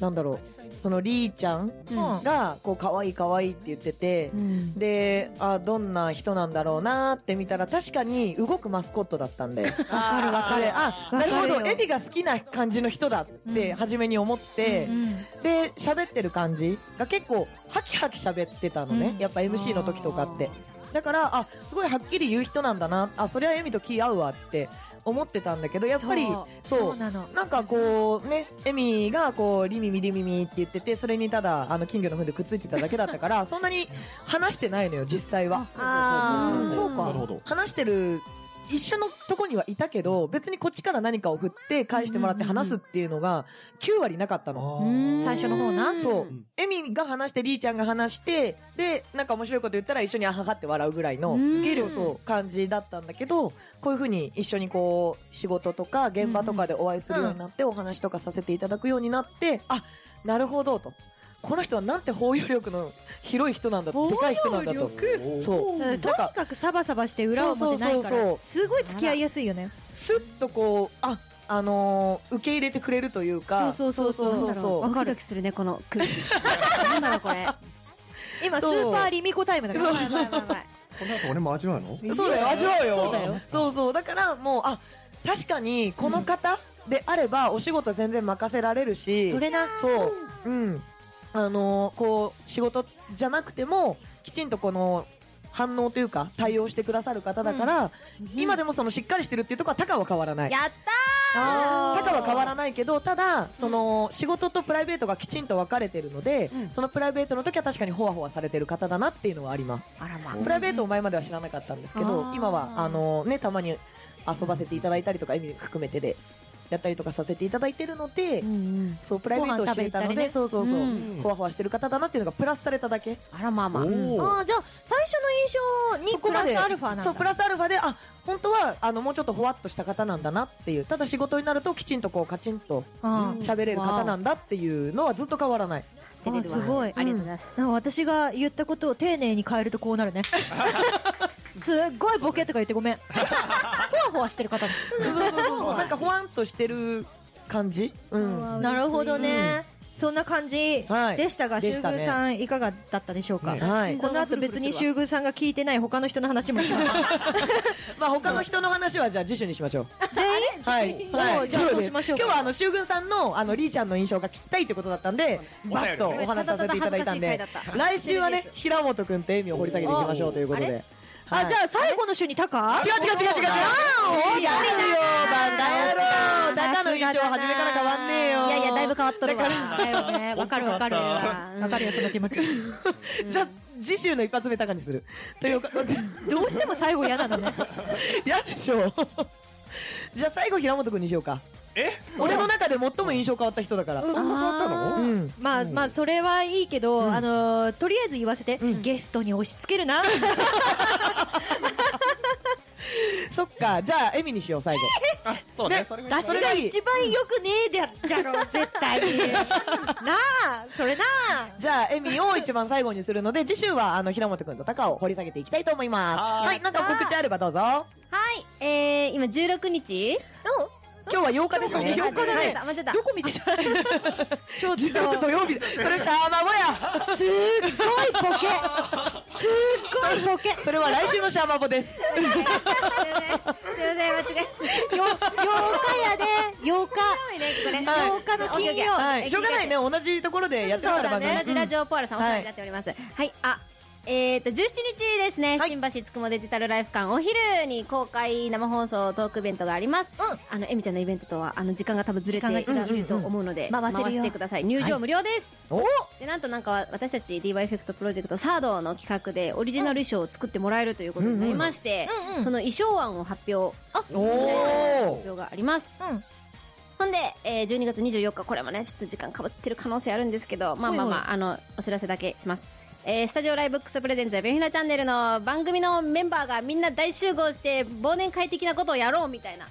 Speaker 2: なんだろうそのリーちゃん
Speaker 1: うん
Speaker 2: がこう可愛い可愛いって言ってて、
Speaker 3: うん
Speaker 2: であどんな人なんだろうなって見たら確かに動くマスコットだったんでわかるわかるあなるほ
Speaker 1: わか
Speaker 2: ど
Speaker 1: るよ
Speaker 2: エミが好きな感じの人だって初めに思って、で喋ってる感じが結構ハキハキ喋ってたのね、
Speaker 1: うん
Speaker 2: やっぱ MC の時とかってだからあすごいはっきり言う人なんだなあそりゃエミと気合うわって思ってたんだけどやっぱり
Speaker 1: そう
Speaker 2: そう
Speaker 1: そうなの
Speaker 2: なんかこうね、エミがこう、リミミリミミって言ってて、それにただ、あの、金魚の糞でくっついてただけだったから、そんなに話してないのよ、実際は。
Speaker 1: あ
Speaker 2: ーそうか
Speaker 4: なるほど。
Speaker 2: 話してる、一緒のとこにはいたけど、別にこっちから何かを振って返してもらって話すっていうのが、9割なかったの。
Speaker 1: 最初の方な
Speaker 2: そう
Speaker 4: うん。
Speaker 2: エミが話して、リーちゃんが話して、で、なんか面白いこと言ったら一緒にあははって笑うぐらいの、
Speaker 3: うん
Speaker 2: 受け入れをそう感じだったんだけど、こういうふうに一緒にこう、仕事とか現場とかでお会いするようになって、お話とかさせていただくようになって、あ、なるほどと。この人はなんて包容力の広い人なんだと。でかい人なんだと。そ
Speaker 1: と
Speaker 2: う。な
Speaker 1: に
Speaker 2: んか、
Speaker 1: かくサバサバして裏表ないか
Speaker 2: そうそう
Speaker 1: ら
Speaker 2: そう
Speaker 1: すごい付き合いやすいよね
Speaker 2: スッとこう、あ、あのー受け入れてくれるというか、
Speaker 1: そうそうそうそう
Speaker 2: そうそうそう
Speaker 3: ワクドキするねこの空気 なんだろうこれ や
Speaker 1: 今スーパーリミコタイムだから
Speaker 3: ばいやばいやばい
Speaker 4: この後俺も味わうの
Speaker 2: そうだよ、味わうよ。
Speaker 1: そうだよ
Speaker 2: そうそうだからもう、あ、確かにこの方であれば、お仕事全然任せられるし、
Speaker 1: それな
Speaker 2: そう、うん、あのーこう仕事じゃなくてもきちんとこの反応というか対応してくださる方だから、今でもそのしっかりしてるっていうところはタカは変わらない。
Speaker 3: やっ
Speaker 2: タカは変わら
Speaker 1: い
Speaker 2: ないけどただその仕事とプライベートがきちんと分かれてるので、
Speaker 3: うん
Speaker 2: そのプライベートの時は確かにホワホワされてる方だなっていうのはあります
Speaker 3: たーあらまあ
Speaker 2: プライベートを前までは知らなかったんですけど
Speaker 1: あー
Speaker 2: 今はあのねたまに遊ばせていただいたりとか意味含めてでやったりとかさせていただいてるので、
Speaker 3: うん
Speaker 2: そうプライベートを知れたの
Speaker 1: ご飯食べ行った
Speaker 2: で、
Speaker 1: りね
Speaker 2: そうそうそう、
Speaker 3: うん
Speaker 2: ほわほわしてる方だなっていうのがプラスされただけ
Speaker 3: あらまあまあ
Speaker 4: おー
Speaker 1: あーじゃあ最初の印象にプラスアルファなんだ
Speaker 2: そうプラスアルファであ本当はあのもうちょっとほわっとした方なんだなっていうただ仕事になるときちんとこうカチンと
Speaker 1: あー
Speaker 2: 喋れる方なんだっていうのはずっと変わらない
Speaker 3: 照れるわ
Speaker 1: あすごい
Speaker 3: ありがとうございます、
Speaker 1: なんか私が言ったことを丁寧に変えるとこうな るねすっごいボケとか言ってごめんほわほわしてる方
Speaker 2: なんかほわんとしてる感じ、うん、
Speaker 1: なるほどね、そんな感じ
Speaker 2: はい
Speaker 1: でしたが、
Speaker 2: で
Speaker 1: 修
Speaker 2: したね
Speaker 1: 宮さんいかがだったでしょうか、
Speaker 4: ね
Speaker 2: はい
Speaker 1: この後別に修宮さんが聞いてない他の人の話も聞き ます
Speaker 2: まあ他の人の話はじゃあ次週にしましょう全員はい、
Speaker 1: お
Speaker 2: は
Speaker 1: う
Speaker 2: い、
Speaker 1: じゃあ
Speaker 2: なの
Speaker 1: そ
Speaker 2: で
Speaker 1: うしましょうか
Speaker 2: 今日はあの修軍さんのあのリーちゃんの印象が聞きたいってことだったんで
Speaker 4: お
Speaker 2: バッとお話しさせていただいたんで
Speaker 3: ただただ恥ずかしい回だった
Speaker 2: 来週はね平本君とエミを掘り下げていきましょうということ
Speaker 3: あ
Speaker 2: で
Speaker 3: れ
Speaker 1: あ
Speaker 2: はい
Speaker 1: じゃあ最後の週にタカ
Speaker 2: 違う違う違う違う違う違うやるよバカ野郎だからの印象初めから変わんねえよ
Speaker 3: いやいやだいぶ変わっとるわ
Speaker 1: だよねわかるわかる
Speaker 4: 本当だ
Speaker 3: った
Speaker 1: わかるよその気 持ち
Speaker 2: じゃあ次週の一発目高にするということで
Speaker 1: どうしても最後嫌なのね
Speaker 2: 嫌でしょじゃあ最後平本君にしようか
Speaker 4: え
Speaker 2: 俺の中で最も印象変わった人だから
Speaker 4: そんな変わったの
Speaker 2: うん
Speaker 1: まあまあそれはいいけど、あのーとりあえず言わせて、ゲストに押し付ける な
Speaker 2: そっかじゃあエミにしよう最後
Speaker 4: あそうねそれが
Speaker 1: 出
Speaker 4: 一番
Speaker 1: 汁が一番よくねえだだろう絶対 になあそれなあ
Speaker 2: じゃあエミを一番最後にするので次週はあの平本君と高を掘り下げていきたいと思います
Speaker 4: はーい
Speaker 2: はいなんか告知あればどうぞ
Speaker 3: はい、えー、今16日
Speaker 2: 今日は8日ですね
Speaker 1: 8日だね
Speaker 3: あ間違えた間違え
Speaker 1: どこ見てたちょ っとすっごい
Speaker 2: 土曜日それシャーマモや
Speaker 1: ボケすっごいボケ
Speaker 2: それは来週のシャーマボです
Speaker 3: たすいませんすいません間違え
Speaker 1: よ8日やで8日
Speaker 3: たねこれ
Speaker 2: はい
Speaker 1: 8日の金曜
Speaker 2: はい、しょうがないね、同じところでやってるから
Speaker 1: そう
Speaker 2: 番
Speaker 1: だ
Speaker 2: 組。
Speaker 1: ね
Speaker 3: 同じラジオポアルさんお世話になっております。はい、あ、えっ、と17日ですね、
Speaker 2: はい
Speaker 3: 新橋つくもデジタルライフ館お昼に公開生放送トークイベントがあります。あのえみちゃんのイベントとはあの時間が多分ずれて
Speaker 1: 時間が違う
Speaker 3: いると思うので、
Speaker 1: うんうんうん回せるよ
Speaker 3: してください。入場無料です。
Speaker 2: お
Speaker 3: でなんとなんか私たち DY エフェクトプロジェクトサードの企画でオリジナル衣装を作ってもらえるということになりまして、
Speaker 1: うんうんうん
Speaker 3: その衣装案を発表
Speaker 2: お
Speaker 3: 発
Speaker 2: お
Speaker 3: 表があります。
Speaker 1: うん
Speaker 3: ほんで、えー、12月24日、これもね、ちょっと時間かぶってる可能性あるんですけど、まあまあまあ、あの、お知らせだけします。えー、スタジオライブックスプレゼンツやベフィナチャンネルの番組のメンバーがみんな大集合して、忘年会的なことをやろうみたいな。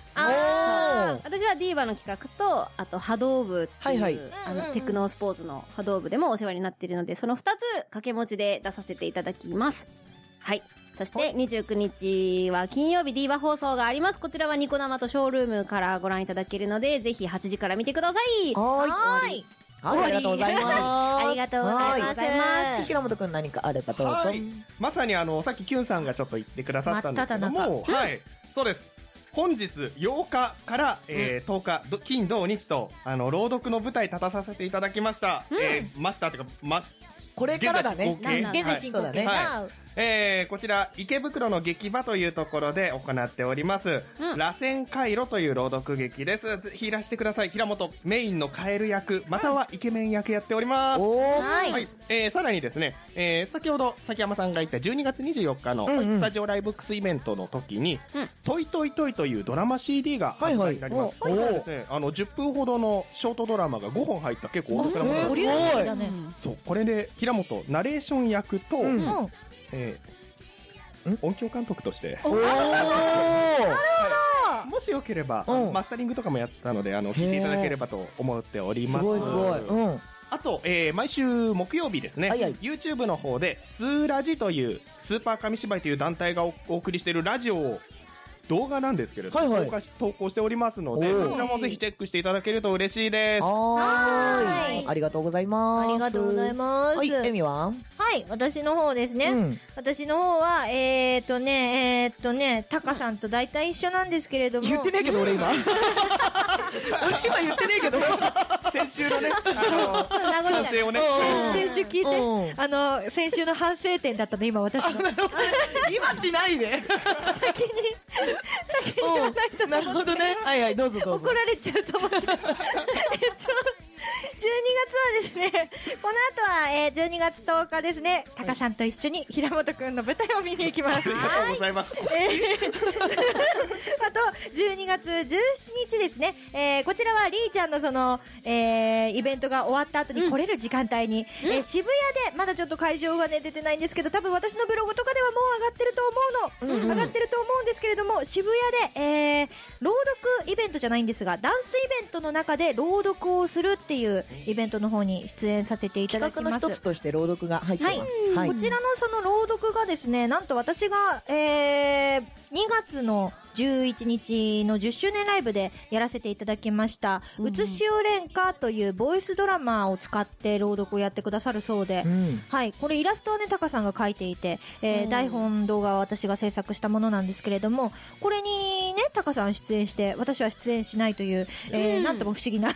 Speaker 2: あ
Speaker 3: 私はディーバの企画と、あと波動部っていう、
Speaker 2: はいはい
Speaker 3: あ
Speaker 1: うんうんうん
Speaker 3: の、テクノスポーツの波動部でもお世話になっているので、その2つ掛け持ちで出させていただきます。はい。そして29日は金曜日ディーバ放送があります。こちらはニコ生とショールームからご覧いただけるので、ぜひ8時から見てください。
Speaker 2: はーい
Speaker 1: はーい
Speaker 2: はいありがとうございます。
Speaker 1: ありがとうございます
Speaker 2: はー平本くん何かあればどうぞ。
Speaker 4: はい、まさにあのさっきキュンさんがちょっと言ってくださったんですけど
Speaker 1: 真っ
Speaker 4: も、はい、そうです。本日8日から、えー10日ど金土日とあの朗読の舞台立たさせていただきました。えーましたというかまし
Speaker 2: これからだね
Speaker 4: 現在
Speaker 1: 現在進
Speaker 4: 進行形
Speaker 1: 行
Speaker 2: はい
Speaker 1: 形
Speaker 4: は
Speaker 1: な
Speaker 4: えーこちら池袋の劇場というところで行っております、
Speaker 3: うん
Speaker 4: 螺旋回路という朗読劇ですぜひいらしてください平本メインのカエル役またはイケメン役やっております、
Speaker 2: おお
Speaker 1: はい
Speaker 4: はいえーさらにですね、えー先ほど崎山さんが言った12月24日の
Speaker 2: うんうん
Speaker 4: スタジオライブックスイベントの時に
Speaker 3: うん
Speaker 4: 「トイトイトイ」というドラマ CD が発売になります、
Speaker 2: はい
Speaker 4: こ
Speaker 2: はい
Speaker 4: ちら
Speaker 2: お
Speaker 4: ですねあの10分ほどのショートドラマが5本入った結構お得なものなん
Speaker 1: ボ
Speaker 4: です
Speaker 1: リュームだね
Speaker 4: そうこれで平本ナレーション役と、
Speaker 2: うん
Speaker 1: うん
Speaker 4: えー音響監督として
Speaker 2: おお
Speaker 4: もしよければ、
Speaker 2: うん
Speaker 4: マスタリングとかもやったのであの聞いていただければと思っており
Speaker 2: す
Speaker 4: ます
Speaker 2: ごいすごい。うん。
Speaker 4: あと、えー毎週木曜日ですね、
Speaker 2: はいはい
Speaker 4: YouTube の方でスーラジというスーパー紙芝居という団体がおお送りしているラジオを動画なんですけれども、
Speaker 2: はいはい
Speaker 4: 投稿し投稿しておりますので
Speaker 2: おー
Speaker 4: そちらもぜひチェックしていただけると嬉しいです
Speaker 2: はーい。ありがとうございます。
Speaker 1: ありがとうございます。
Speaker 2: はい、エミは？
Speaker 1: はい、私の方ですね。
Speaker 2: うん
Speaker 1: 私の方は、えーとね、えーとね、タカさんと大体一緒なんですけれども。
Speaker 2: 言ってねえけど 俺今。俺今言ってねえけど。
Speaker 4: 先週のねあ
Speaker 3: 名残
Speaker 4: の
Speaker 3: が
Speaker 4: 反省をね
Speaker 1: 先週聞いて、
Speaker 2: うん
Speaker 1: あの、先週の反省点だったの、今私の。
Speaker 2: 今しないで。
Speaker 1: 先に
Speaker 2: なるほどね。はいはいどうぞどうぞ
Speaker 1: 怒。られちゃうと思った。えっと、12月はですね、この後は、えー、12月10日ですね、タカさんと一緒に平本くんの舞台を見に行きます。
Speaker 4: ありがとうございます。
Speaker 1: えーあと12月17日ですね、えーこちらはりーちゃんのその、えーイベントが終わった後に来れる時間帯に、えー渋谷でまだちょっと会場が、ね、出てないんですけど多分私のブログとかではもう上がってると思うの、上がってると思うんですけれども渋谷で、えー朗読イベントじゃないんですがダンスイベントの中で朗読をするっていうイベントの方に出演させていただ
Speaker 2: 企
Speaker 1: き
Speaker 2: 画
Speaker 1: ます。
Speaker 2: の一つとして朗読が入ってます。
Speaker 1: はい、こちらのその朗読がですね、なんと私が、えー、2月の11日の10周年ライブでやらせていただきました、うつしおれんかというボイスドラマを使って朗読をやってくださるそうで、
Speaker 2: うん
Speaker 1: はい、これイラストはね、タカさんが描いていて、えー台本動画は私が制作したものなんですけれども、これにね、タカさん出演して、私は出演しないという、えーなんとも不思議な、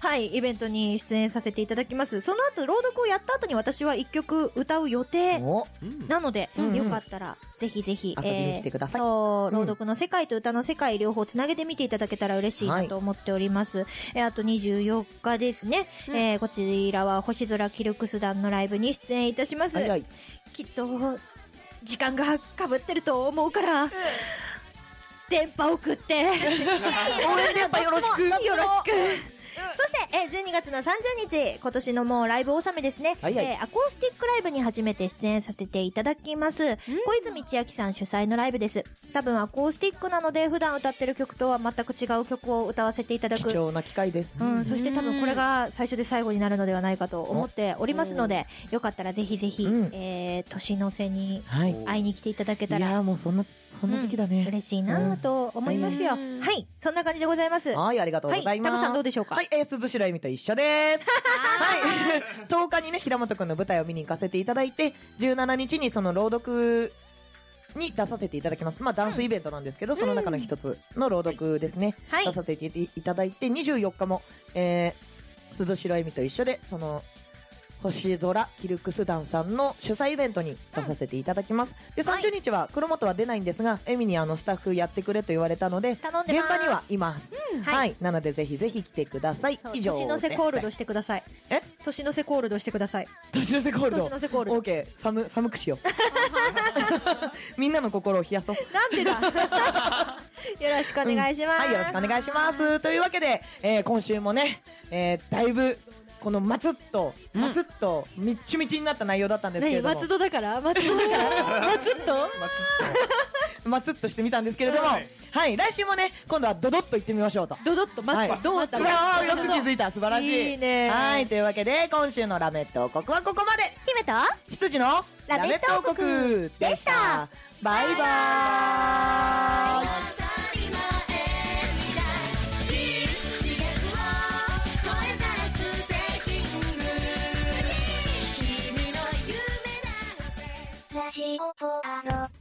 Speaker 1: はい、イベントに出演させていただきます。その後、朗読をやった後に私は一曲歌う予定
Speaker 2: お
Speaker 4: うん
Speaker 1: なので、
Speaker 2: うん
Speaker 1: よかったら、ぜひぜひ、
Speaker 2: 遊びに来てください
Speaker 1: えーそう、
Speaker 2: うん
Speaker 1: 朗読の世界と歌の世界両方つなげてみていただけたら嬉しいなと思っております。えーあと24日ですね、えーこちらは星空キルクス団のライブに出演いたします。
Speaker 2: はいはい。
Speaker 1: きっと、時間がかぶってると思うから、電波送 って、応援電波よろしく。よろしく。そして、えー12月の30日、今年のもうライブ納めですね、
Speaker 2: はいはい
Speaker 1: えーアコースティックライブに初めて出演させていただきます。小泉千秋さん主催のライブです。多分アコースティックなので、普段歌ってる曲とは全く違う曲を歌わせていただく
Speaker 2: 貴重な機会です。
Speaker 1: うん、そして多分これが最初で最後になるのではないかと思っておりますので、よかったらぜひぜひ、
Speaker 2: うん
Speaker 1: えー年の瀬に
Speaker 2: はい。
Speaker 1: 会いに来ていただけ
Speaker 2: い
Speaker 1: た
Speaker 2: や
Speaker 1: ら、
Speaker 2: ーもうそんなそんな時期だ
Speaker 1: うん
Speaker 2: ね。
Speaker 1: 嬉しいなと思いますよ、
Speaker 3: うん
Speaker 1: はい、そんな感じでございます。は
Speaker 2: はいありがとうござい
Speaker 1: い、
Speaker 2: ま
Speaker 1: タ
Speaker 2: す。
Speaker 1: カさんどうでしょうか、
Speaker 2: はい、えー、鈴白由美と一緒です。はい。10日に ね、平本くんの舞台を見に行かせていただいて、17日にその朗読に出させていただきます。まあ、ダンスイベントなんですけど、その中の一つの朗読ですね。
Speaker 1: はい
Speaker 2: 出させていただいて、24日も、えー、鈴白由美と一緒で、その、星空キルクス団さんの主催イベントに出させていただきます。で、30日は黒本は出ないんですが、エミにあのスタッフやってくれと言われたので、現
Speaker 1: 頼んでます
Speaker 2: 場にはいます。
Speaker 1: はい
Speaker 2: はい、なのでぜひぜひ来てください。以上です。
Speaker 1: 年の瀬コールドしてください。
Speaker 2: え
Speaker 1: 年の瀬コールドしてください。
Speaker 2: 年の瀬コールド。
Speaker 1: 年の瀬コールド
Speaker 2: オーケー、寒寒く しよ う。みんなの心を冷やそう。
Speaker 1: なんでだ よろしくお願いします。
Speaker 2: はい、よろしくお願いします。というわけで、えー今週もね、えーだいぶこのまつっとまつっとみっちみちになった内容だったんですけ
Speaker 1: 何
Speaker 2: れども、
Speaker 1: 松戸だから松戸だ から松戸
Speaker 2: まつっとしてみたんですけれども、は
Speaker 4: はいい、
Speaker 2: 来週もね、今度はドドッと行ってみましょうと。
Speaker 1: ドドッと松戸、
Speaker 2: はい
Speaker 1: どうだった
Speaker 2: う
Speaker 1: の
Speaker 2: わーよく気づいた素晴らしい
Speaker 1: いいね
Speaker 2: はいというわけで今週の「ラメット王国」はここまで
Speaker 1: 姫と
Speaker 2: 羊の「ラ
Speaker 1: ラ
Speaker 2: メ
Speaker 1: メ
Speaker 2: ッ
Speaker 1: ッ
Speaker 2: ト
Speaker 1: ト
Speaker 2: 王
Speaker 1: 王
Speaker 2: 国
Speaker 1: 国」
Speaker 2: で
Speaker 1: で
Speaker 2: し
Speaker 1: したた
Speaker 2: バイバーイ
Speaker 5: 当たり前みたい刺激を超えたらステーキング君の夢だってラジオポアロ